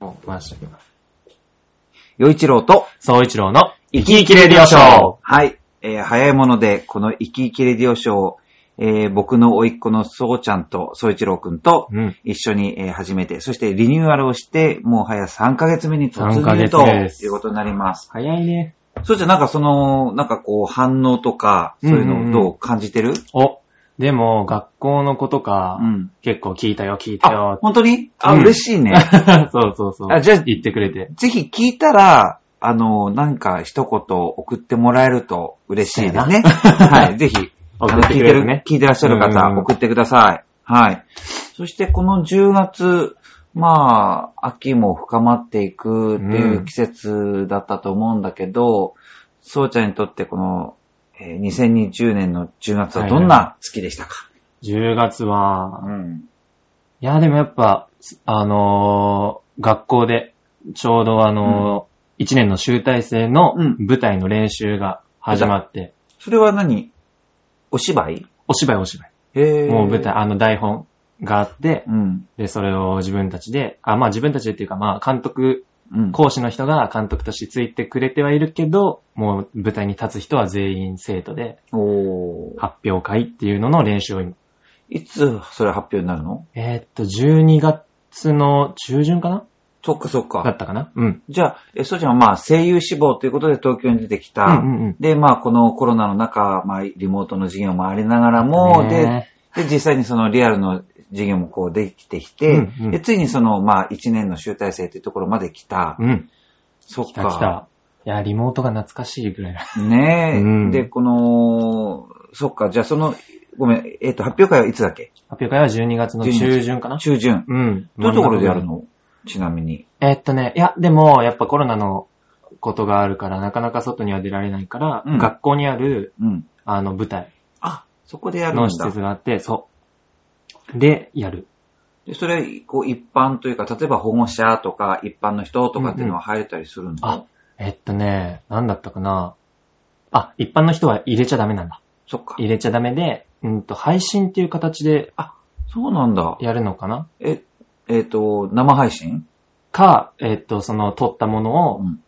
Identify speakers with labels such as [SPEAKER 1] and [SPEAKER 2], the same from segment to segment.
[SPEAKER 1] を回しておきます。
[SPEAKER 2] 洋一郎と、
[SPEAKER 1] 総一郎の生き生きレディオショー。
[SPEAKER 2] はい。えー早いもので、この生き生きレディオショーを、えー僕の甥っ子のそうちゃんと、そう一郎くんと、
[SPEAKER 1] うん。
[SPEAKER 2] 一緒に、えー始めて、そしてリニューアルをして、もう早3ヶ月目に突
[SPEAKER 1] 3ヶ
[SPEAKER 2] 入
[SPEAKER 1] 月
[SPEAKER 2] と
[SPEAKER 1] 目です
[SPEAKER 2] いうことになります。
[SPEAKER 1] 早いね。
[SPEAKER 2] そうちゃん、なんかその、なんかこう、反応とか、そういうのをどう感じてる
[SPEAKER 1] お、でも、学校の子とか、
[SPEAKER 2] うん。
[SPEAKER 1] 結構聞いたよ、聞いた
[SPEAKER 2] あ
[SPEAKER 1] よ、。
[SPEAKER 2] 本当にあ、
[SPEAKER 1] うん
[SPEAKER 2] 嬉しいね。
[SPEAKER 1] そうそうそう。
[SPEAKER 2] あじゃあ
[SPEAKER 1] 言ってくれて。
[SPEAKER 2] ぜひ聞いたら、あの、なんか一言送ってもらえると嬉しいですね。はい、ぜひ、あ
[SPEAKER 1] 送
[SPEAKER 2] の
[SPEAKER 1] って
[SPEAKER 2] 聞
[SPEAKER 1] く
[SPEAKER 2] いて
[SPEAKER 1] れ
[SPEAKER 2] る
[SPEAKER 1] る、ね。
[SPEAKER 2] 聞いてらっしゃる
[SPEAKER 1] う
[SPEAKER 2] 方
[SPEAKER 1] ん、
[SPEAKER 2] 送ってください。はい。そしてこの10月、まあ、秋も深まっていくっていううん季節だったと思うんだけど、そうちゃんにとってこの、えー2020年の10月はどんな月でしたか、
[SPEAKER 1] 10月は、
[SPEAKER 2] うん。
[SPEAKER 1] いや、でもやっぱ、あのー学校で、ちょうどあのー1年の集大成の
[SPEAKER 2] うん
[SPEAKER 1] 舞台の練習が始まって、
[SPEAKER 2] それは何お芝居
[SPEAKER 1] お芝居お芝
[SPEAKER 2] へ
[SPEAKER 1] 居。
[SPEAKER 2] ー
[SPEAKER 1] もう舞台、。あの台本があって、
[SPEAKER 2] うん。
[SPEAKER 1] で、それを自分たちで、あ、まあ自分たちでっていうか、まあ監督、
[SPEAKER 2] うん。
[SPEAKER 1] 講師の人が監督としてついてくれてはいるけど、もう舞台に立つ人は全員生徒で、
[SPEAKER 2] おー
[SPEAKER 1] 発表会っていうのの練習を今、
[SPEAKER 2] いつそれ発表になるの
[SPEAKER 1] えーっと、12月の中旬かな
[SPEAKER 2] そっかそっ
[SPEAKER 1] だ
[SPEAKER 2] か。
[SPEAKER 1] ったかなうん。
[SPEAKER 2] じゃあ、え、そうちゃんはまあ声優志望ということで東京に出てきた。
[SPEAKER 1] うんうんうん。
[SPEAKER 2] で、まあこのコロナの中、まあリモートの授業もありながらも、
[SPEAKER 1] ね
[SPEAKER 2] で、で、実際にそのリアルの授業もこうできてきて、
[SPEAKER 1] うんうん
[SPEAKER 2] で、ついにそのまあ1年の集大成というところまで来た。
[SPEAKER 1] うん。
[SPEAKER 2] そっ
[SPEAKER 1] 来た来
[SPEAKER 2] か。
[SPEAKER 1] た。いや、リモートが懐かしいぐらいだ。
[SPEAKER 2] ねえ、
[SPEAKER 1] うん
[SPEAKER 2] で、この、そっか、じゃあその、ごめん、えっと、発表会はいつだっけ
[SPEAKER 1] 発表会は12月の中旬かな
[SPEAKER 2] 中旬。
[SPEAKER 1] うん。
[SPEAKER 2] どういうところでやるのちなみに。
[SPEAKER 1] えーっとね、いや、でも、やっぱコロナのことがあるから、なかなか外には出られないから、
[SPEAKER 2] うん
[SPEAKER 1] 学校にある、
[SPEAKER 2] うん。
[SPEAKER 1] あの、舞台
[SPEAKER 2] あ、そこでやるん
[SPEAKER 1] の施
[SPEAKER 2] だ
[SPEAKER 1] 設。があって、そう。で、やる。
[SPEAKER 2] で、それ、こう、一般というか、例えば保護者とか、一般の人とかっていうのは入れたりするんだ。
[SPEAKER 1] うんうんあえーっとね、なんだったかな。あ、一般の人は入れちゃダメなんだ。
[SPEAKER 2] そっか。
[SPEAKER 1] 入れちゃダメで、うんと、配信っていう形で
[SPEAKER 2] そうなんだ。
[SPEAKER 1] やるのかな
[SPEAKER 2] え、えっ、と、生配信
[SPEAKER 1] か、えっ、と、その、撮ったものを、
[SPEAKER 2] うん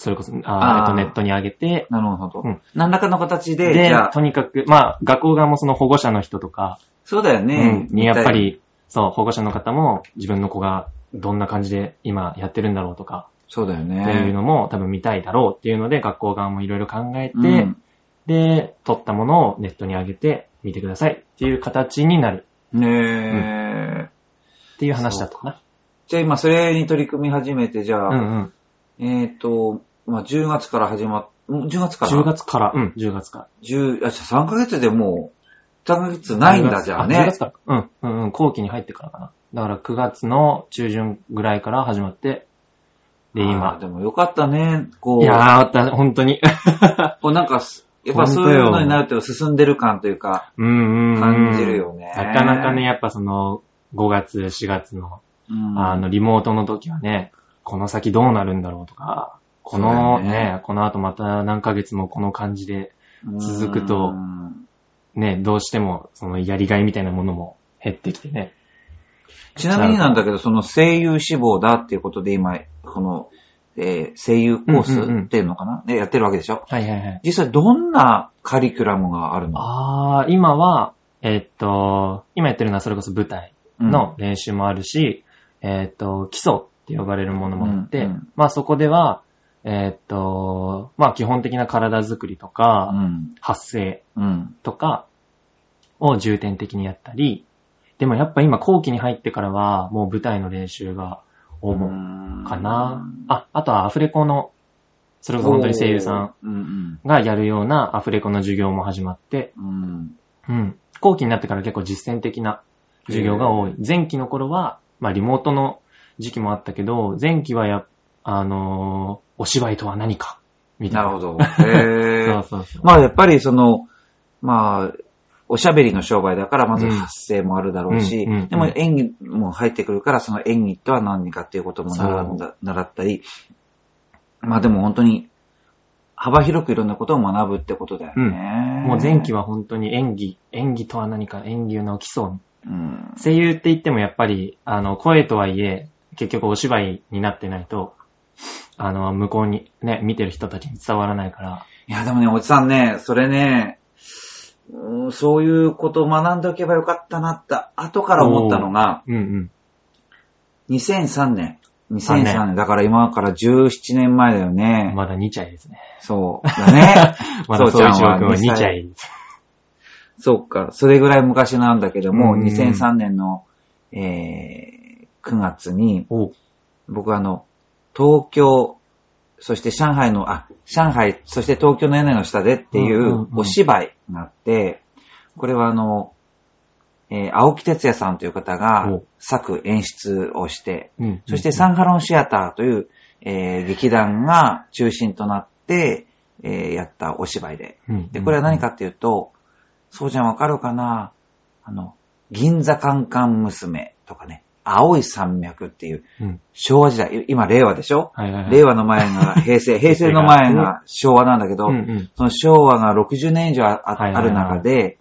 [SPEAKER 1] それこそ、
[SPEAKER 2] あー
[SPEAKER 1] あーえっと、ネットに上げて、
[SPEAKER 2] なるほど。
[SPEAKER 1] うん
[SPEAKER 2] 何らかの形で、じ
[SPEAKER 1] で
[SPEAKER 2] ゃあ、
[SPEAKER 1] とにかく、まあ、学校側もその保護者の人とか、
[SPEAKER 2] そうだよね。
[SPEAKER 1] うんにやっぱ
[SPEAKER 2] 見たい。
[SPEAKER 1] り、そう、保護者の方も、自分の子がどんな感じで今やってるんだろうとか、
[SPEAKER 2] そうだよね。
[SPEAKER 1] っていうのも多分見たいだろうっていうので、学校側もいろいろ考えて、
[SPEAKER 2] うん
[SPEAKER 1] で、撮ったものをネットに上げて、見てくださいっていう形になる
[SPEAKER 2] ねえ、
[SPEAKER 1] っていう話だったかな。
[SPEAKER 2] じゃあ今、それに取り組み始めて、じゃ
[SPEAKER 1] う
[SPEAKER 2] あ、
[SPEAKER 1] んうん。
[SPEAKER 2] えっ、と、まあ、10月から始まっ、ん10月から
[SPEAKER 1] 10月から、うん、10月から。
[SPEAKER 2] 10あ、じゃあ3ヶ月でもう、3ヶ月ないんだ、じゃあ
[SPEAKER 1] 10
[SPEAKER 2] ね
[SPEAKER 1] 月。から。うん、うん、うん、後期に入ってからかな。だから9月の中旬ぐらいから始まって、で、
[SPEAKER 2] あー
[SPEAKER 1] 今。
[SPEAKER 2] でもよかったね。こう、
[SPEAKER 1] いやー、だ本当に。
[SPEAKER 2] こうなんかす、やっぱそういうのになると進んでる感というか、
[SPEAKER 1] うん、うん。
[SPEAKER 2] 感じる。よね。
[SPEAKER 1] なかなかね、、やっぱその、5月、4月の、
[SPEAKER 2] うん、
[SPEAKER 1] あの、リモートの時はね、この先どうなるんだろうとか、この
[SPEAKER 2] そうだ
[SPEAKER 1] ね、
[SPEAKER 2] よね
[SPEAKER 1] この後また何ヶ月もこの感じで、続くと
[SPEAKER 2] うん
[SPEAKER 1] ね、どうしても、その、やりがいみたいなものも減ってきてね。
[SPEAKER 2] ちなみになんだけど、その声優志望だっていうことで今、この、えー声優コースっていうのかな、でやってるわけでしょ
[SPEAKER 1] はいはいはい。
[SPEAKER 2] 実際どんなカリキュラムがあるの
[SPEAKER 1] あー、今は、えっと、今やってるのはそれこそ舞台。の練習もあるし、えーっ、と、基礎って呼ばれるものもあって、
[SPEAKER 2] うんうん
[SPEAKER 1] まあそこでは、えーっ、と、まあ基本的な体作りとか、
[SPEAKER 2] うん、
[SPEAKER 1] 発声
[SPEAKER 2] うん、うん。
[SPEAKER 1] とかを重点的にやったり、でもやっぱ今後期に入ってからは、もう舞台の練習が主かな。あ、あとはアフレコの、それこそ本当に声優さん
[SPEAKER 2] おー。うん、
[SPEAKER 1] がやるようなアフレコの授業も始まって、
[SPEAKER 2] うん。うん
[SPEAKER 1] うん。後期になってから結構実践的な授業が多い。前期の頃は、まあリモートの時期もあったけど、前期はや、あのーお芝居とは何か、みたい
[SPEAKER 2] な
[SPEAKER 1] な。
[SPEAKER 2] るほど。へー
[SPEAKER 1] そうそうそう。
[SPEAKER 2] まあ、やっぱりその、まあ、おしゃべりの商売だから、まず発声もあるだろうし、
[SPEAKER 1] うんうんうん
[SPEAKER 2] でも演技も入ってくるから、その演技とは何かっていうことも習うんだ習ったり、まあでも本当に、幅広くいろんなことを学ぶってことだよね。
[SPEAKER 1] もう前期
[SPEAKER 2] は、
[SPEAKER 1] は本当に演技、演技とは何か、演技の基礎。
[SPEAKER 2] うん、
[SPEAKER 1] 声優って言ってもやっぱり、あの、声とはいえ、結局お芝居になってないと、あの、向こうにね、見てる人たちに伝わらないから、
[SPEAKER 2] いや、でもね、おじさんね、それね、うんそういうことを学んでおけばよかったなって、後から思ったのが、
[SPEAKER 1] うんうん。
[SPEAKER 2] 2003年。
[SPEAKER 1] 2003
[SPEAKER 2] 2003
[SPEAKER 1] 年
[SPEAKER 2] 年。だから今から17年前だよね。
[SPEAKER 1] まだ2チャイですね。
[SPEAKER 2] そう。だ ね。
[SPEAKER 1] まだ
[SPEAKER 2] そう
[SPEAKER 1] 総
[SPEAKER 2] ちゃん
[SPEAKER 1] 一郎
[SPEAKER 2] は
[SPEAKER 1] くんは
[SPEAKER 2] 2歳
[SPEAKER 1] 2チャイです。
[SPEAKER 2] そうか。それぐらい昔なんだけども、
[SPEAKER 1] うん
[SPEAKER 2] 2003年の、えー、9月に、
[SPEAKER 1] お
[SPEAKER 2] 僕はあの、東京、そして上海の、あ、上海、そして東京の屋根の下でってい
[SPEAKER 1] うんうん
[SPEAKER 2] う
[SPEAKER 1] うん
[SPEAKER 2] お芝居があって、これはあの、えー青木哲也さんという方が
[SPEAKER 1] お
[SPEAKER 2] 作演出をして、
[SPEAKER 1] うん。
[SPEAKER 2] そしてサンハロンシアターという、えー劇団が中心となって、えーやったお芝居で。
[SPEAKER 1] うん
[SPEAKER 2] で、これは何かっていうと、そうじゃんわかるかなあの、銀座カンカン娘とかね、青い山脈っていう、
[SPEAKER 1] うん。
[SPEAKER 2] 昭和時代、い今令和でしょ
[SPEAKER 1] はいはいはい。
[SPEAKER 2] 令和の前 が平成、平成の前が昭和なんだけ
[SPEAKER 1] う
[SPEAKER 2] ど、
[SPEAKER 1] んうん。
[SPEAKER 2] その昭和が60年以上あ,あ、
[SPEAKER 1] はいはいはい
[SPEAKER 2] ある中で、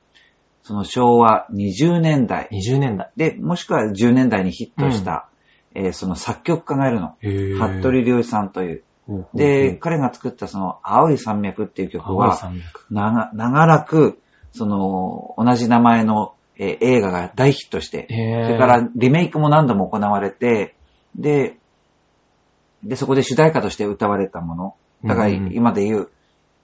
[SPEAKER 2] その昭和20年代、
[SPEAKER 1] 20年代。
[SPEAKER 2] で、もしくは10年代にヒットした、えーその作曲家がいるの。
[SPEAKER 1] へぇ
[SPEAKER 2] 服部良一さんという。
[SPEAKER 1] 部
[SPEAKER 2] で、、彼が作ったその青い山脈っていう曲
[SPEAKER 1] 青い
[SPEAKER 2] は、
[SPEAKER 1] 山脈。
[SPEAKER 2] 長長らく、その、同じ名前の、えー映画が大ヒットして、
[SPEAKER 1] へ
[SPEAKER 2] それからリメイクも何度も行われて、で、で、そこで主題歌として歌われたもの。だから
[SPEAKER 1] うんうん
[SPEAKER 2] 今で言う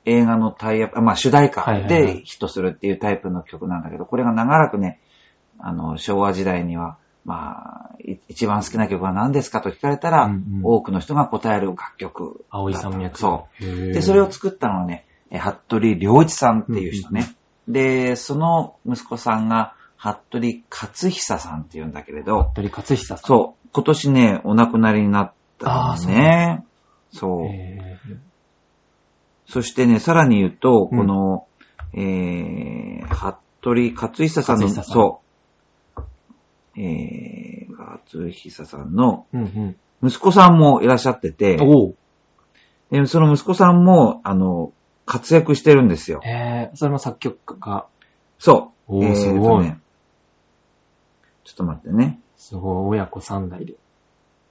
[SPEAKER 2] 映画のタイアップ、あまあ主題
[SPEAKER 1] はい
[SPEAKER 2] 歌
[SPEAKER 1] はいはい
[SPEAKER 2] でヒットするっていうタイプの曲なんだけど、これが長らくね、あの、昭和時代には、まあ、い一番好きな曲は何ですかと聞かれたら、
[SPEAKER 1] うんうん
[SPEAKER 2] 多くの人が答える楽曲。
[SPEAKER 1] 青い山脈。。
[SPEAKER 2] そう
[SPEAKER 1] へ
[SPEAKER 2] う。
[SPEAKER 1] ー
[SPEAKER 2] で、それを作ったのはね、え服部良一さんっていう人
[SPEAKER 1] うん
[SPEAKER 2] ね。で、その息子さんが、服部勝久さんって言うんだけれど、
[SPEAKER 1] 服部勝久さん。
[SPEAKER 2] そう、今年ね、お亡くなりになった
[SPEAKER 1] あー
[SPEAKER 2] んで
[SPEAKER 1] そう
[SPEAKER 2] すね。そう。
[SPEAKER 1] へ
[SPEAKER 2] そしてね、さらに言うと、
[SPEAKER 1] うん
[SPEAKER 2] この、えー、服部克久さん
[SPEAKER 1] 勝
[SPEAKER 2] の、
[SPEAKER 1] 久さん
[SPEAKER 2] そう、えー、克久さんの
[SPEAKER 1] ーうん
[SPEAKER 2] 息子さんもいらっしゃってて
[SPEAKER 1] うん。、おう。
[SPEAKER 2] でその息子さんも、あの、活躍してるんですよ。
[SPEAKER 1] へーそれも作曲家。
[SPEAKER 2] そ
[SPEAKER 1] お
[SPEAKER 2] う。
[SPEAKER 1] ー
[SPEAKER 2] ー
[SPEAKER 1] す
[SPEAKER 2] と
[SPEAKER 1] ごい。
[SPEAKER 2] ね。ちょっと待ってね。
[SPEAKER 1] すごい、親子三代で。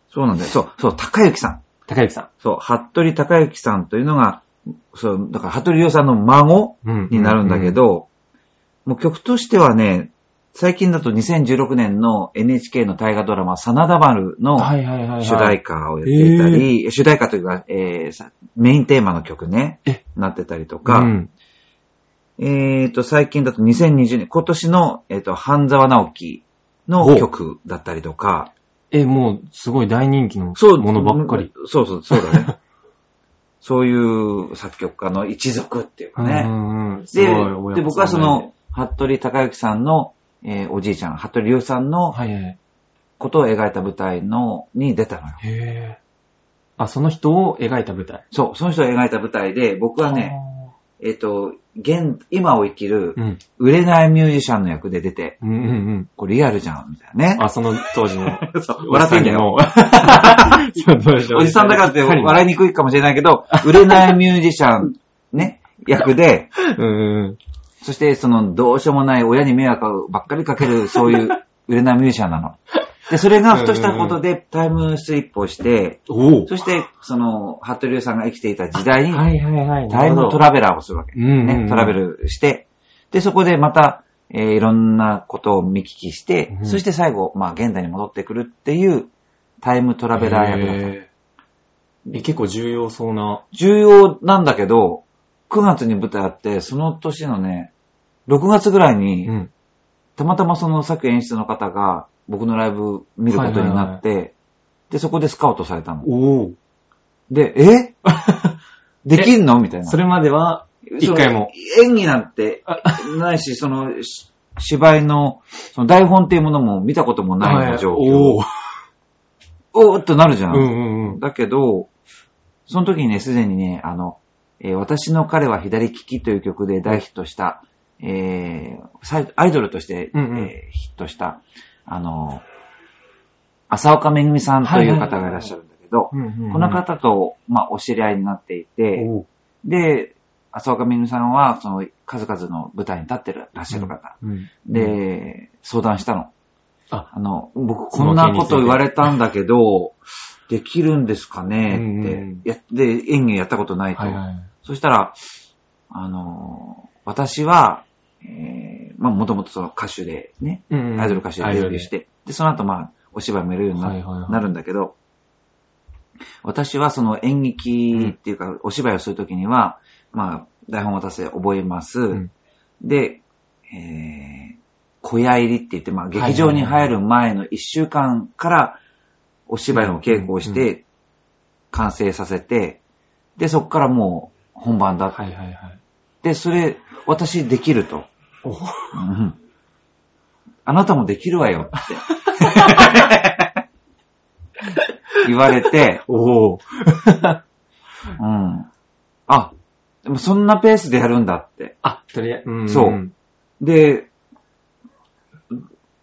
[SPEAKER 2] そうなんだよ。そう、そう、高幸さん。
[SPEAKER 1] 高之さ
[SPEAKER 2] そう、服部高幸さんというのが、そう、だから、服部良さんの孫
[SPEAKER 1] ん。うん
[SPEAKER 2] になるんだけ。ど、もう曲としてはね、最近だと2016年の NHK の大河ドラマ、真田丸
[SPEAKER 1] うん
[SPEAKER 2] の
[SPEAKER 1] はいはいはいはい。
[SPEAKER 2] 主題歌をやっていたり、主題歌というか、えーさメインテーマの曲ね
[SPEAKER 1] え、
[SPEAKER 2] なってたりと
[SPEAKER 1] う
[SPEAKER 2] か、
[SPEAKER 1] ん。
[SPEAKER 2] えっと、最近だと2020年、今年の、えっと、半沢直樹の曲だったりとか、
[SPEAKER 1] え、もう、すごい大人気のも
[SPEAKER 2] そう、
[SPEAKER 1] のばっかり。。
[SPEAKER 2] そうそう、そう だね。そういう作曲家の一族っていうかね、
[SPEAKER 1] うんうん。すごい
[SPEAKER 2] で
[SPEAKER 1] 親子三代、
[SPEAKER 2] で、僕はその、服部隆之さんの、えーおじいちゃん、服部良一さんの
[SPEAKER 1] はいはい。
[SPEAKER 2] ことを描いた舞台の、に出たのよ。
[SPEAKER 1] へーあ、その人を描いた舞台。
[SPEAKER 2] そう、その人を描いた舞台で、僕はね、えっ、と、現、今を生きる
[SPEAKER 1] あ、ー。うん。
[SPEAKER 2] 売れないミュージシャンの役で出て、
[SPEAKER 1] うんうんうん。
[SPEAKER 2] これリアルじゃん、みたいなね。
[SPEAKER 1] あ、その当時の。
[SPEAKER 2] そう 笑ってんだ よ。
[SPEAKER 1] よ。お
[SPEAKER 2] おじさんだからって笑いにくいかもしれないけど、売れないミュージシャン、ね、役で、
[SPEAKER 1] うんうん。
[SPEAKER 2] そして、その、どうしようもない親に迷惑ばっかりかける、そういう売れないミュージシャンなの。で、それがふとしたことでタイムスリップをして、
[SPEAKER 1] おお。
[SPEAKER 2] そして、その、服部さんが生きていた時代に、
[SPEAKER 1] はいはいはい。
[SPEAKER 2] タイムト
[SPEAKER 1] ラ
[SPEAKER 2] ラベラーをするわけ。
[SPEAKER 1] うんうんうん
[SPEAKER 2] ね、トラベルして、で、そこでまた、えーいろんなことを見聞きして、
[SPEAKER 1] うん
[SPEAKER 2] そして最後、まあ、現代に戻ってくるっていう、タイムトラベラー役だった。
[SPEAKER 1] えーえ結構重要そうな。
[SPEAKER 2] 重要なんだけど、9月に舞台あって、その年のね、6月ぐらいに、
[SPEAKER 1] ん。
[SPEAKER 2] たまたまその作演出の方が僕のライブ見ることになって、で、そこでスカウトされたの。
[SPEAKER 1] おお。
[SPEAKER 2] で、 えできんのみたいな。
[SPEAKER 1] それまでは、一回も
[SPEAKER 2] その。演技なんてないし、そのし芝居のその台本っていうものも見たこともないような状況。
[SPEAKER 1] おお。
[SPEAKER 2] おーっとなるじ
[SPEAKER 1] う
[SPEAKER 2] ゃ。
[SPEAKER 1] んんうんうん。
[SPEAKER 2] だけど、その時にね、すでにね、あの、えー私の彼は左利きという曲で大ヒットした、えーサイアイドルとして、
[SPEAKER 1] うんうん
[SPEAKER 2] えーヒットした、あの、浅岡めぐみさんという方がいらっしゃるんだけど、この方と、まあ、お知り合いになっていて、
[SPEAKER 1] お
[SPEAKER 2] で、浅岡めぐみさんは、その、数々の舞台に立ってるらっしゃる方、
[SPEAKER 1] うん。
[SPEAKER 2] で、相談したの。
[SPEAKER 1] あ
[SPEAKER 2] あの、僕こんなこと言われたんだけど、できるんですかねって、
[SPEAKER 1] うんうん
[SPEAKER 2] やで、演芸やったことないと。
[SPEAKER 1] はいはい。
[SPEAKER 2] そしたら、あの、私は、えー、まあもともとその歌手でね、
[SPEAKER 1] うんうん
[SPEAKER 2] アイドル歌手でデビューして、でその後まあ、お芝居もやれるようにな,、
[SPEAKER 1] はいはいはい
[SPEAKER 2] なるんだけど、私はその演劇っていうか、お芝居をするときには、まあ、台本渡せ覚えます。
[SPEAKER 1] ん
[SPEAKER 2] で、えー、小屋入りって言って、まあ、劇場に入る前の一週間から、お芝居の稽古をし
[SPEAKER 1] うん
[SPEAKER 2] て、完成させて、で、そこからもう本番だって。
[SPEAKER 1] はいはいはい。
[SPEAKER 2] で、それ、私できると。
[SPEAKER 1] お
[SPEAKER 2] うんあなたもできるわよって。 言われて、
[SPEAKER 1] おー
[SPEAKER 2] うん。あ、でもそんなペースでやるんだって。
[SPEAKER 1] あ、とりあえず、うんん。
[SPEAKER 2] そうで、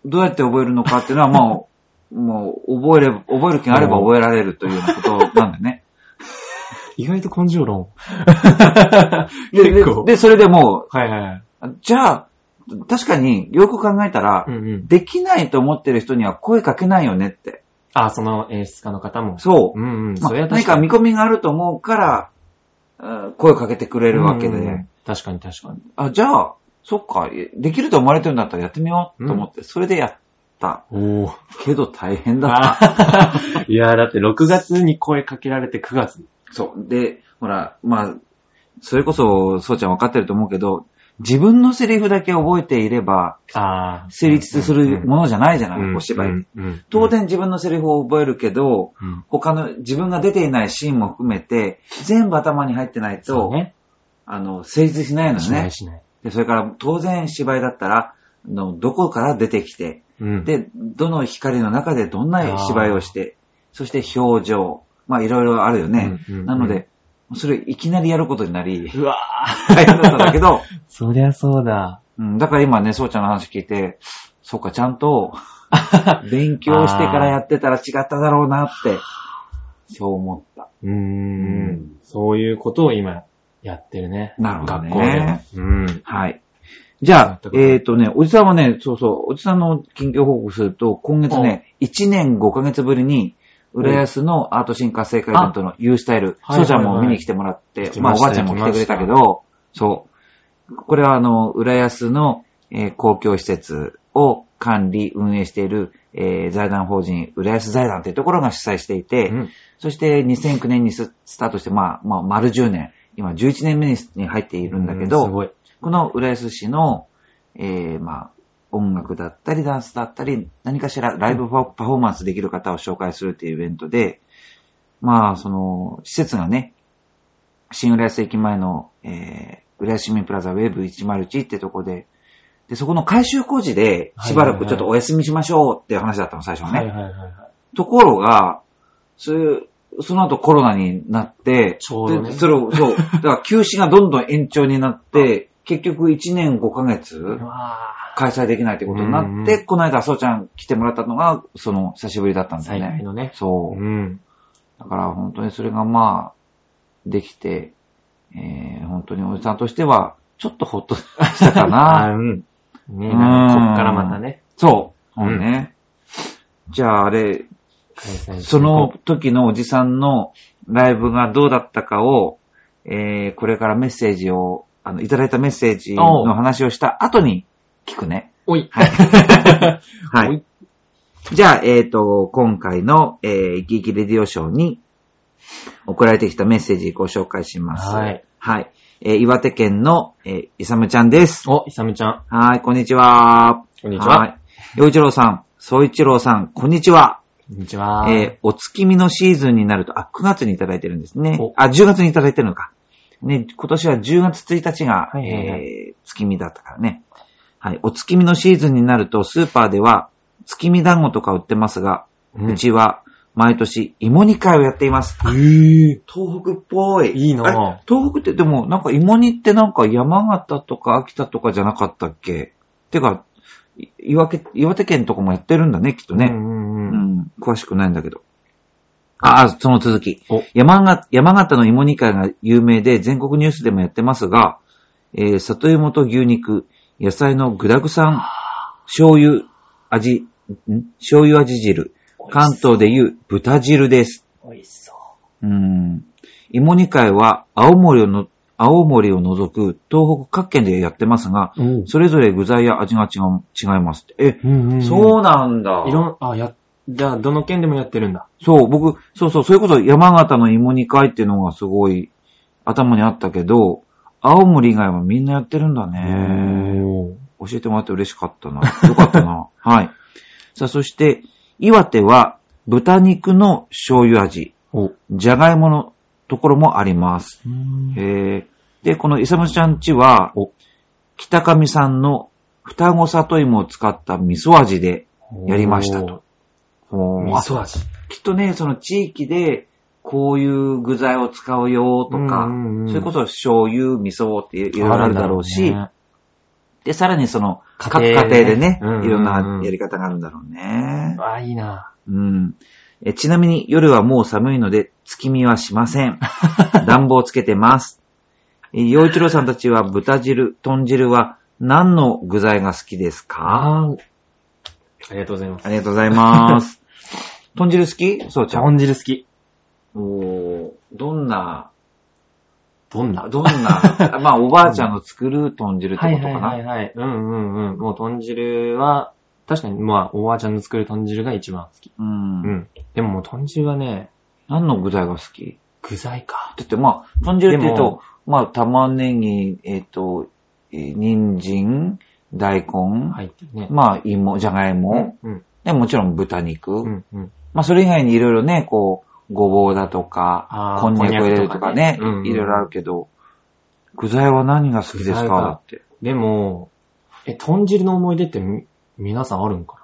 [SPEAKER 2] どうやって覚えるのかっていうのは、まあ、もう、覚えれば、覚える気があれば覚えられるというようなことなんだよ ね。
[SPEAKER 1] 意外と根性 論。
[SPEAKER 2] で、で
[SPEAKER 1] 結構
[SPEAKER 2] でそれでも
[SPEAKER 1] はいはいはい。
[SPEAKER 2] う、じゃあ、確かによく考えたら、
[SPEAKER 1] うんうん。
[SPEAKER 2] できないと思ってる人には声かけないよねって。
[SPEAKER 1] あ、その演出家の方も。
[SPEAKER 2] そう
[SPEAKER 1] う。んうん。
[SPEAKER 2] まあ
[SPEAKER 1] それは
[SPEAKER 2] 何
[SPEAKER 1] 確
[SPEAKER 2] か
[SPEAKER 1] かに。
[SPEAKER 2] 見込みがあると思うから、うん声かけてくれるわけで、
[SPEAKER 1] うんうん確かに確かに。
[SPEAKER 2] あ、じゃあ、そっか、できると思われてるんだったらやってみようと思って、それでやった。
[SPEAKER 1] おお。
[SPEAKER 2] けど大変だっ
[SPEAKER 1] あ ーいやー、だって6月に声かけられて9月。
[SPEAKER 2] た。そう。で、ほら、まあ、それこそ、そうちゃん分かってると思うけど、自分のセリフだけ覚えていれば、
[SPEAKER 1] ああ。
[SPEAKER 2] 成立するものじゃないじゃない、
[SPEAKER 1] うん
[SPEAKER 2] お芝居、
[SPEAKER 1] うんうん
[SPEAKER 2] 当然自分のセリフを覚えるけど、
[SPEAKER 1] うん。
[SPEAKER 2] 他の自分が出ていないシーンも含めて、全部頭に入ってないと、
[SPEAKER 1] そうね。
[SPEAKER 2] あの、成立しないの
[SPEAKER 1] しな
[SPEAKER 2] ね
[SPEAKER 1] い。しない。
[SPEAKER 2] で、それから当然芝居だったら、あのどこから出てきて、
[SPEAKER 1] うん。
[SPEAKER 2] で、どの光の中でどんな芝居をして、そして表情、まあいろいろあるよね。
[SPEAKER 1] うんうんうん
[SPEAKER 2] なので、それいきなりやることになり、
[SPEAKER 1] うわ
[SPEAKER 2] 大変だったんだけ ど、
[SPEAKER 1] ー。そりゃそうだ。
[SPEAKER 2] うん、だから今ね、そうちゃんの話聞いて、そうか、ちゃ んと勉強してからやってたら違っただろうなって、そう思った。
[SPEAKER 1] うー
[SPEAKER 2] うんん。
[SPEAKER 1] そういうことを今やってるね。
[SPEAKER 2] なるほどね
[SPEAKER 1] 学校で。うん。
[SPEAKER 2] はい。じゃあ
[SPEAKER 1] 全、く
[SPEAKER 2] えっ、とね、おじさんはね、そうそう、おじさんの近況報告すると、今月ね、1年5ヶ月ぶりに、浦安のアート進化成果イベントの U スタイル、
[SPEAKER 1] あ
[SPEAKER 2] そうちゃん
[SPEAKER 1] はい
[SPEAKER 2] も
[SPEAKER 1] はいはい
[SPEAKER 2] 見に来てもらって
[SPEAKER 1] 来、て
[SPEAKER 2] まあ
[SPEAKER 1] まし
[SPEAKER 2] お
[SPEAKER 1] た
[SPEAKER 2] ばあちゃんも来てくれたけど、そう。これはあの、浦安の、えー公共施設を管理、運営している、えー財団法人、浦安財団というところが主催していて、
[SPEAKER 1] うん
[SPEAKER 2] そして2009年にススタートして、まあ、まあ、丸10年、今11年目にに入っているんだけど、
[SPEAKER 1] うすごい。
[SPEAKER 2] この浦安市の、えー、まあ、音楽だったり、ダンスだったり、何かしらライブパフォパフォーマンスできる方を紹介するっていうイベントで、まあ、その、施設がね、新浦安駅前の、えー、浦安市民プラザウェーブ101ってとこで、で、そこの改修工事で、しばらくちょっとお休みしましょうっていう話だったの、最初はね。
[SPEAKER 1] はいはいはいはい。
[SPEAKER 2] ところが、それその後コロナになって、
[SPEAKER 1] ちょうどね
[SPEAKER 2] でそれを、そう。だから休止がどんどん延長にな って、結局1年5ヶ月
[SPEAKER 1] うわ
[SPEAKER 2] 開催できないってことになって、
[SPEAKER 1] うん
[SPEAKER 2] この間、そうちゃん来てもらったのが、その、久しぶりだったん
[SPEAKER 1] ー。
[SPEAKER 2] だ
[SPEAKER 1] 最
[SPEAKER 2] よ
[SPEAKER 1] 大
[SPEAKER 2] ね。
[SPEAKER 1] のね。
[SPEAKER 2] そうう。
[SPEAKER 1] ん。
[SPEAKER 2] だから本当にそれがまあ、できて、えー、本当におじさんとしては、ちょっとほっとしたかな。
[SPEAKER 1] あー うん。ねなんかこっからまたね、
[SPEAKER 2] そう。
[SPEAKER 1] うん
[SPEAKER 2] そうね。じゃああれ、
[SPEAKER 1] 開催していこう
[SPEAKER 2] その、時のおじさんのライブがどうだったかを、えー、これからメッセージを、あの、いただいたメッセージ
[SPEAKER 1] おう
[SPEAKER 2] の話をした後に聞くね。
[SPEAKER 1] おい。
[SPEAKER 2] は
[SPEAKER 1] お
[SPEAKER 2] い。じゃあ、えっ、と、今回の、えー、イキイキレディオショーに送られてきたメッセージご紹介します。
[SPEAKER 1] はい。
[SPEAKER 2] はい。えー、岩手県の、えー、いさむちゃんです。
[SPEAKER 1] お、いさみちゃん。
[SPEAKER 2] はい、こんにちは。
[SPEAKER 1] こんにちは。
[SPEAKER 2] い。洋一郎さん、総一郎さん、こんにちは。
[SPEAKER 1] こんにちは。
[SPEAKER 2] えーお月見のシーズンになると、あ、9月にいただいてるんですね
[SPEAKER 1] お。
[SPEAKER 2] あ、10月にいただいてるのか。ね、今年は10月1日が、
[SPEAKER 1] はいはいはい
[SPEAKER 2] えー月見だったからね。はい。お月見のシーズンになると、スーパーでは、月見団子とか売ってますが、う
[SPEAKER 1] うん
[SPEAKER 2] ちは、毎年、芋煮会をやっています。
[SPEAKER 1] えー、
[SPEAKER 2] 東北っぽい。
[SPEAKER 1] いいなぁ
[SPEAKER 2] あれ東北って、でも、なんか芋煮ってなんか山形とか秋田とかじゃなかったっけてか、い岩手岩手県とかもやってるんだね、きっとね。
[SPEAKER 1] うんうん
[SPEAKER 2] う
[SPEAKER 1] うん。
[SPEAKER 2] ん、詳しくないんだけど。あ、あその続き
[SPEAKER 1] お。
[SPEAKER 2] 山形、山形の芋煮会が有名で全国ニュースでもやってますが、えー里芋と牛肉、野菜の具だくさん、醤油、味、ん醤油味汁。関東でいう豚汁です。
[SPEAKER 1] 美味しそう。
[SPEAKER 2] うん。芋煮会は青森をの、青森を除く東北各県でやってますが、
[SPEAKER 1] うん。
[SPEAKER 2] それぞれ具材や味が違う、違います。え、
[SPEAKER 1] うんうん。
[SPEAKER 2] そうなんだ。
[SPEAKER 1] いろん、あ、や、じゃあ、どの県でもやってるんだ。
[SPEAKER 2] そう、僕、そうそう、それこそ山形の芋煮会っていうのがすごい頭にあったけど、青森以外はみんなやってるんだね。
[SPEAKER 1] おー
[SPEAKER 2] 教えてもらって嬉しかったな。よかった な。はい。さあ、そして、岩手は豚肉の醤油味、
[SPEAKER 1] お。
[SPEAKER 2] じゃがいものところもあります。
[SPEAKER 1] うん
[SPEAKER 2] へーで、このイサムちゃんちは
[SPEAKER 1] お、
[SPEAKER 2] 北上さんの双子里芋を使った味噌味で、やりましたと。
[SPEAKER 1] おー
[SPEAKER 2] ほーあ
[SPEAKER 1] 味噌味。
[SPEAKER 2] きっとね、その地域で、こういう具材を使うよとか、
[SPEAKER 1] うんうんうん
[SPEAKER 2] それこそ醤油、味噌っていろいろあるだろうし、
[SPEAKER 1] あ
[SPEAKER 2] で、さらにその、
[SPEAKER 1] 家
[SPEAKER 2] 各家
[SPEAKER 1] 庭
[SPEAKER 2] 庭
[SPEAKER 1] で
[SPEAKER 2] で
[SPEAKER 1] ね
[SPEAKER 2] ね、
[SPEAKER 1] うんうんうん
[SPEAKER 2] いろんなやり方があるんだろうね。
[SPEAKER 1] あ、いいな。
[SPEAKER 2] うん。えちなみに夜はもう寒いので、月見はしませ ん。暖房つけてます。え洋一郎さんたちは豚汁、豚汁は何の具材が好きですか
[SPEAKER 1] ああ。ありがとうございます。
[SPEAKER 2] ありがとうございます。豚汁好きそうちゃん。
[SPEAKER 1] 豚汁好き。
[SPEAKER 2] おーどんな、
[SPEAKER 1] どん
[SPEAKER 2] どんな、 あまあ、おばあちゃんの作る豚汁って
[SPEAKER 1] は
[SPEAKER 2] こ
[SPEAKER 1] い
[SPEAKER 2] と
[SPEAKER 1] はい
[SPEAKER 2] か
[SPEAKER 1] はい
[SPEAKER 2] な。
[SPEAKER 1] はい。うんうんうん。もう豚汁は、確かに、まあ、おばあちゃんの作る豚汁が一番好き。
[SPEAKER 2] う。
[SPEAKER 1] うんん。でももう豚汁はね、
[SPEAKER 2] 何の具材が好き
[SPEAKER 1] 具材か。
[SPEAKER 2] だってまあ、豚汁って言う
[SPEAKER 1] で
[SPEAKER 2] と
[SPEAKER 1] も、
[SPEAKER 2] まあ、玉ねぎ、えっ、と、えー人参、大根、
[SPEAKER 1] 入ってるね。
[SPEAKER 2] まあ、芋、じゃがいも、
[SPEAKER 1] うん。
[SPEAKER 2] でもちろん豚肉。
[SPEAKER 1] うんうん。
[SPEAKER 2] まあ、それ以外にいろいろね、こう、ごぼうだとか
[SPEAKER 1] あ、ー
[SPEAKER 2] こんにゃく入れると
[SPEAKER 1] こ
[SPEAKER 2] かね、
[SPEAKER 1] んにゃくとかねうんうん
[SPEAKER 2] いろいろあるけど、具材は何が好きです
[SPEAKER 1] 具材
[SPEAKER 2] か
[SPEAKER 1] が
[SPEAKER 2] だって。
[SPEAKER 1] でも、え、豚汁の思い出ってみ皆さんあるんか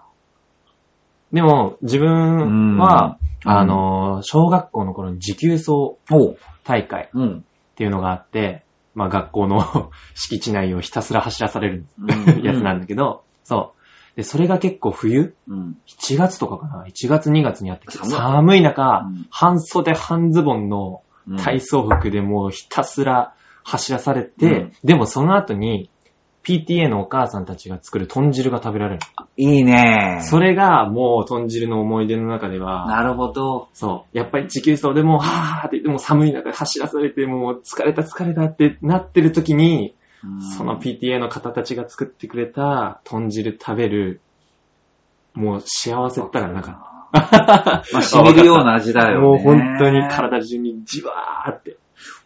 [SPEAKER 1] なでも、自分は、
[SPEAKER 2] うん
[SPEAKER 1] あの、小学校の頃に持久走
[SPEAKER 2] おう。
[SPEAKER 1] 大会
[SPEAKER 2] うん。
[SPEAKER 1] っていうのがあって、まあ学校の 敷地内をひたすら走らされる やつなんだけど、そう。で、それが結構冬
[SPEAKER 2] うん。
[SPEAKER 1] 1月とかかな ?1 月2月にやってきて、
[SPEAKER 2] 寒い
[SPEAKER 1] 寒い中、
[SPEAKER 2] うん
[SPEAKER 1] 半袖半ズボンの
[SPEAKER 2] うん
[SPEAKER 1] 体操服でもうひたすら走らされて、
[SPEAKER 2] うん
[SPEAKER 1] でもその後に PTA のお母さんたちが作る豚汁が食べられる。
[SPEAKER 2] いいね
[SPEAKER 1] それがもう豚汁の思い出の中では、
[SPEAKER 2] なるほど。
[SPEAKER 1] そう、やっぱり地球層でもう、はーって、でも寒い中で走らされて、もう疲れた疲れたってなってる時に、その PTA の方たちが作ってくれた豚汁食べる、もう幸せったらなんか、
[SPEAKER 2] まあ、染みるような味だよね。
[SPEAKER 1] もう本当に。体中にじわーって。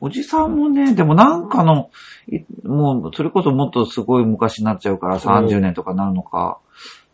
[SPEAKER 2] おじさんもね、でもなんかの、いもう、それこそもっとすごい昔になっちゃうから
[SPEAKER 1] そう
[SPEAKER 2] 30年とかなるのか。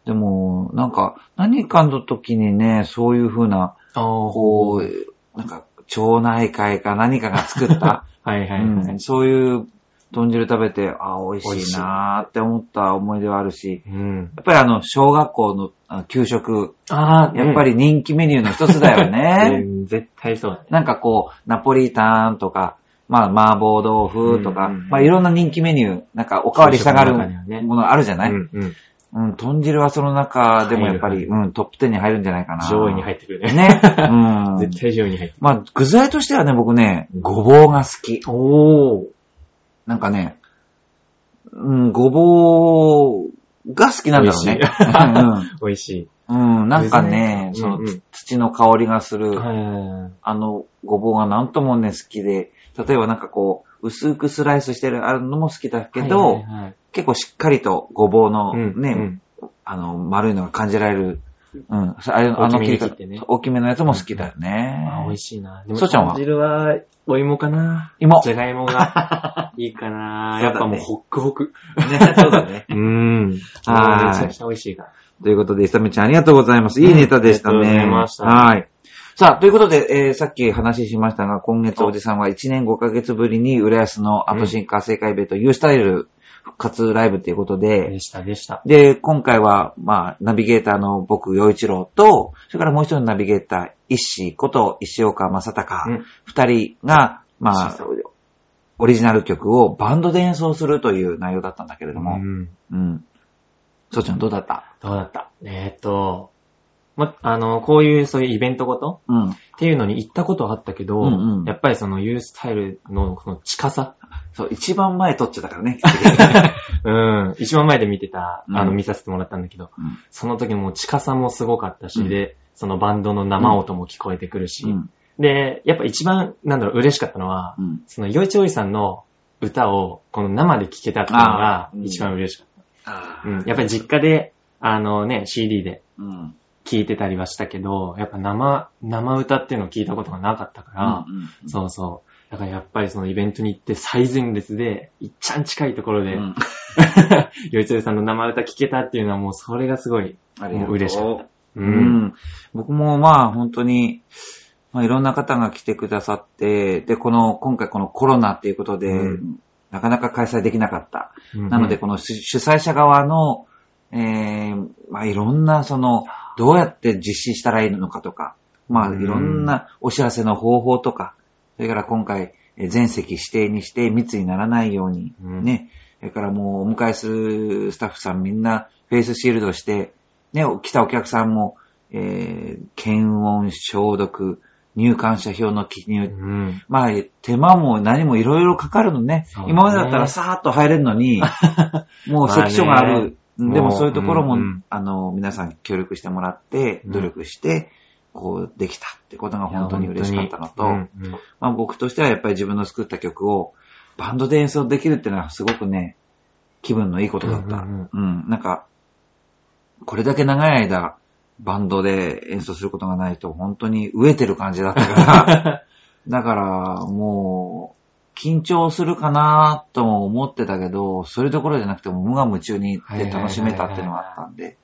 [SPEAKER 2] でも、なんか、何かの時にね、そういう風な、
[SPEAKER 1] ああ、
[SPEAKER 2] こう、なんか、町内会か何かが作った、
[SPEAKER 1] はいはいはい。
[SPEAKER 2] うんそういう豚汁食べて、あー、美味しいなーって思った思い出はあるし、
[SPEAKER 1] うん。
[SPEAKER 2] やっぱりあの、小学校のあ給食、
[SPEAKER 1] ああ、
[SPEAKER 2] やっぱ
[SPEAKER 1] り、
[SPEAKER 2] り人気メニューの一つだよ
[SPEAKER 1] う
[SPEAKER 2] ね。
[SPEAKER 1] ん、絶対そうだね。
[SPEAKER 2] なんかこう、ナポリタンとか、まあ、麻婆豆腐とか、
[SPEAKER 1] うんうんうん
[SPEAKER 2] まあ、いろんな人気メニュー、なんかおかわりしたがる
[SPEAKER 1] 給食の中にはね
[SPEAKER 2] ものあるじゃない、うん、
[SPEAKER 1] んうん。
[SPEAKER 2] 豚汁はその中でもやっぱり、
[SPEAKER 1] 入る
[SPEAKER 2] うん、トップ10に入るんじゃないかな。
[SPEAKER 1] 上位に入ってくるね。
[SPEAKER 2] ね。うん。
[SPEAKER 1] 絶対上位に入って
[SPEAKER 2] まあ、具材としてはね、僕ね、ごぼうが好き。
[SPEAKER 1] くる。おー。
[SPEAKER 2] なんかね、うん、ごぼうが好きなんだろうね
[SPEAKER 1] 美味。美味しい。
[SPEAKER 2] うん、うんなんかね、
[SPEAKER 1] 別
[SPEAKER 2] そ
[SPEAKER 1] に
[SPEAKER 2] の
[SPEAKER 1] うんうん
[SPEAKER 2] 土の香りがする。
[SPEAKER 1] はいはいはい
[SPEAKER 2] あの、ごぼうがなんともね、好きで、例えばなんかこう、薄くスライスしてるあるのも好きだけど、
[SPEAKER 1] はいはいはい
[SPEAKER 2] 結構しっかりとごぼうの
[SPEAKER 1] うん
[SPEAKER 2] ね、
[SPEAKER 1] うん
[SPEAKER 2] あの、丸いのが感じられる、うん、あれあの
[SPEAKER 1] 大きめに切ってね
[SPEAKER 2] 大きめのやつも好きだよね。
[SPEAKER 1] あー美味しいな。で
[SPEAKER 2] そうちゃんは
[SPEAKER 1] 豚汁は、お芋かな。
[SPEAKER 2] 芋。
[SPEAKER 1] じゃがいも が、いいかな。
[SPEAKER 2] そうだね
[SPEAKER 1] やっぱもうホックホク。
[SPEAKER 2] ね、そうだね。
[SPEAKER 1] うん。めち
[SPEAKER 2] はい
[SPEAKER 1] ゃくちゃ美味しいから。
[SPEAKER 2] ということで、イサムちゃんありがとうございます。いいネタでした
[SPEAKER 1] う
[SPEAKER 2] ね。
[SPEAKER 1] んありがとうございました
[SPEAKER 2] はい。さあ、ということで、えーさっき話しましたが、今月おじさんは1年5ヶ月ぶりに、浦安のアップシンカー正解イベント、ユースタイル復活ライブということで、
[SPEAKER 1] でした、でした。
[SPEAKER 2] で、今回は、まあ、ナビゲーターの僕、洋一郎と、それからもう一人のナビゲーター、石井こと石岡正
[SPEAKER 1] う
[SPEAKER 2] 隆
[SPEAKER 1] ん、
[SPEAKER 2] 二、人が、ま
[SPEAKER 1] 石井
[SPEAKER 2] あ
[SPEAKER 1] さん、
[SPEAKER 2] オリジナル曲をバンドで演奏するという内容だったんだけれども、
[SPEAKER 1] ん。
[SPEAKER 2] うん。そうちゃんどうだった
[SPEAKER 1] どうだったえーっと、ま、あの、こういう、そういうイベントごと
[SPEAKER 2] うん。
[SPEAKER 1] っていうのに行ったことはあったけど、
[SPEAKER 2] うんうん
[SPEAKER 1] やっぱりそのユースタイルのこの近さ、
[SPEAKER 2] そう、一番前撮っちゃったからね。
[SPEAKER 1] うん。一番前で見てた、あの、
[SPEAKER 2] うん
[SPEAKER 1] 見させてもらったんだけど、
[SPEAKER 2] うん
[SPEAKER 1] その時も近さもすごかったし、
[SPEAKER 2] うん
[SPEAKER 1] で、そのバンドの生音も聞こえてくるし、
[SPEAKER 2] うん。
[SPEAKER 1] で、やっぱ一番、なんだろう、嬉しかったのは、
[SPEAKER 2] うん。
[SPEAKER 1] その、よいちおいさんの歌を、この生で聴けたっていうのが
[SPEAKER 2] あーう、ん
[SPEAKER 1] 一番嬉しかっ
[SPEAKER 2] あ
[SPEAKER 1] た。うん。やっぱり実家で、あのね、CD で
[SPEAKER 2] うん。
[SPEAKER 1] 聴いてたりはしたけど、やっぱ生、生歌っていうのを聞いたことがなかったから、
[SPEAKER 2] うん
[SPEAKER 1] そうそう。だからやっぱりそのイベントに行って最前列で、いっちゃん近いところ
[SPEAKER 2] う
[SPEAKER 1] で、
[SPEAKER 2] ん。
[SPEAKER 1] よいちょいさんの生歌聞けたっていうのはもうそれがすごい。
[SPEAKER 2] ありがとう。
[SPEAKER 1] 嬉しかっう
[SPEAKER 2] う。ん。僕もまあ本当に、まあいろんな方が来てくださって、で、この、今回このコロナっていうことで、
[SPEAKER 1] うん
[SPEAKER 2] なかなか開催できなかった。
[SPEAKER 1] うん
[SPEAKER 2] なので、、この主主催者側の、えー、まあいろんなその、どうやって実施したらいいのかとか、まあ
[SPEAKER 1] う
[SPEAKER 2] い
[SPEAKER 1] ん
[SPEAKER 2] ろんなお知らせの方法とか、それから今回、えー全席指定にして密にならないように、
[SPEAKER 1] うん
[SPEAKER 2] ね、それからもうお迎えするスタッフさんみんなフェイスシールドして、ね、来たお客さんも、えー検温、消毒、入館者票の記入、
[SPEAKER 1] うん。
[SPEAKER 2] まあ手間も何もいろいろかかるのね
[SPEAKER 1] そう。ね
[SPEAKER 2] 今までだったらさーっと入れるの に、もう関所があ
[SPEAKER 1] まあね
[SPEAKER 2] るうんでも
[SPEAKER 1] もう
[SPEAKER 2] そういうところも、
[SPEAKER 1] うんうん
[SPEAKER 2] あの、皆さん協力してもらって、
[SPEAKER 1] うん
[SPEAKER 2] 努力して、こう、できたってことが本当に嬉しかったのと、
[SPEAKER 1] 本当にうん
[SPEAKER 2] まあ僕としてはやっぱり自分の作った曲を、バンドで演奏できるっていうのはすごくね、気分のいいことだった。
[SPEAKER 1] う
[SPEAKER 2] うんんなんか、これだけ長い間、バンドで演奏することがないと、本当に飢えてる感じだったから、だから、もう、緊張するかなとも思ってたけど、それどころじゃなくても無我夢中に行って楽しめたっていうのがあったんで、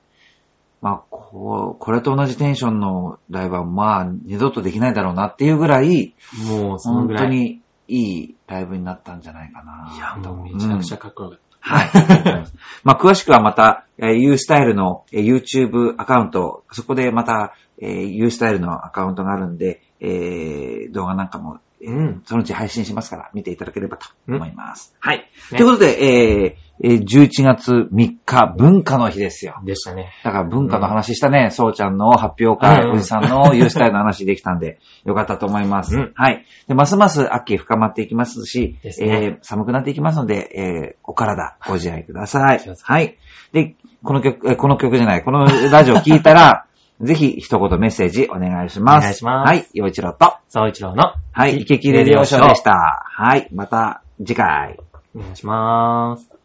[SPEAKER 2] まあ、こう、これと同じテンションのライブは、まあ、二度とできないだろうなっていうぐらい、
[SPEAKER 1] うんもうその
[SPEAKER 2] 本
[SPEAKER 1] ぐら
[SPEAKER 2] 当
[SPEAKER 1] い。
[SPEAKER 2] にいいライブになったんじゃないかな。
[SPEAKER 1] いや、もうめちゃくちゃかっこよかっ
[SPEAKER 2] はい。 まあ、詳しくはまた、えー YouStyle のえー YouTube アカウント、そこでまた、えー YouStyle のアカウントがあるんで、えー動画なんかも、えー
[SPEAKER 1] うん
[SPEAKER 2] そのうち配信しますから、見ていただければと思います。はい。
[SPEAKER 1] ね
[SPEAKER 2] ということで、えーえー11月3日、文化の日ですよ
[SPEAKER 1] た。。でしたね。
[SPEAKER 2] だから文化の話したね、そうちゃんの発表会、
[SPEAKER 1] うん
[SPEAKER 2] おじさんのユースタイルの話できた んで、よかったと思います。
[SPEAKER 1] うん
[SPEAKER 2] はい。で、ますます秋深まっていきますし、
[SPEAKER 1] ですね
[SPEAKER 2] えー寒くなっていきますので、えーお体ご自愛ください
[SPEAKER 1] 気をつけ。て
[SPEAKER 2] はい。で、この曲、えーこの曲じゃない、このラジオ聞いた ら、ぜひ一言メッセージお願いします。
[SPEAKER 1] お願いします
[SPEAKER 2] はい、陽一郎と、
[SPEAKER 1] 沢一郎の、
[SPEAKER 2] はい、池切レディオショーでした。はい、また次回。
[SPEAKER 1] お願いします。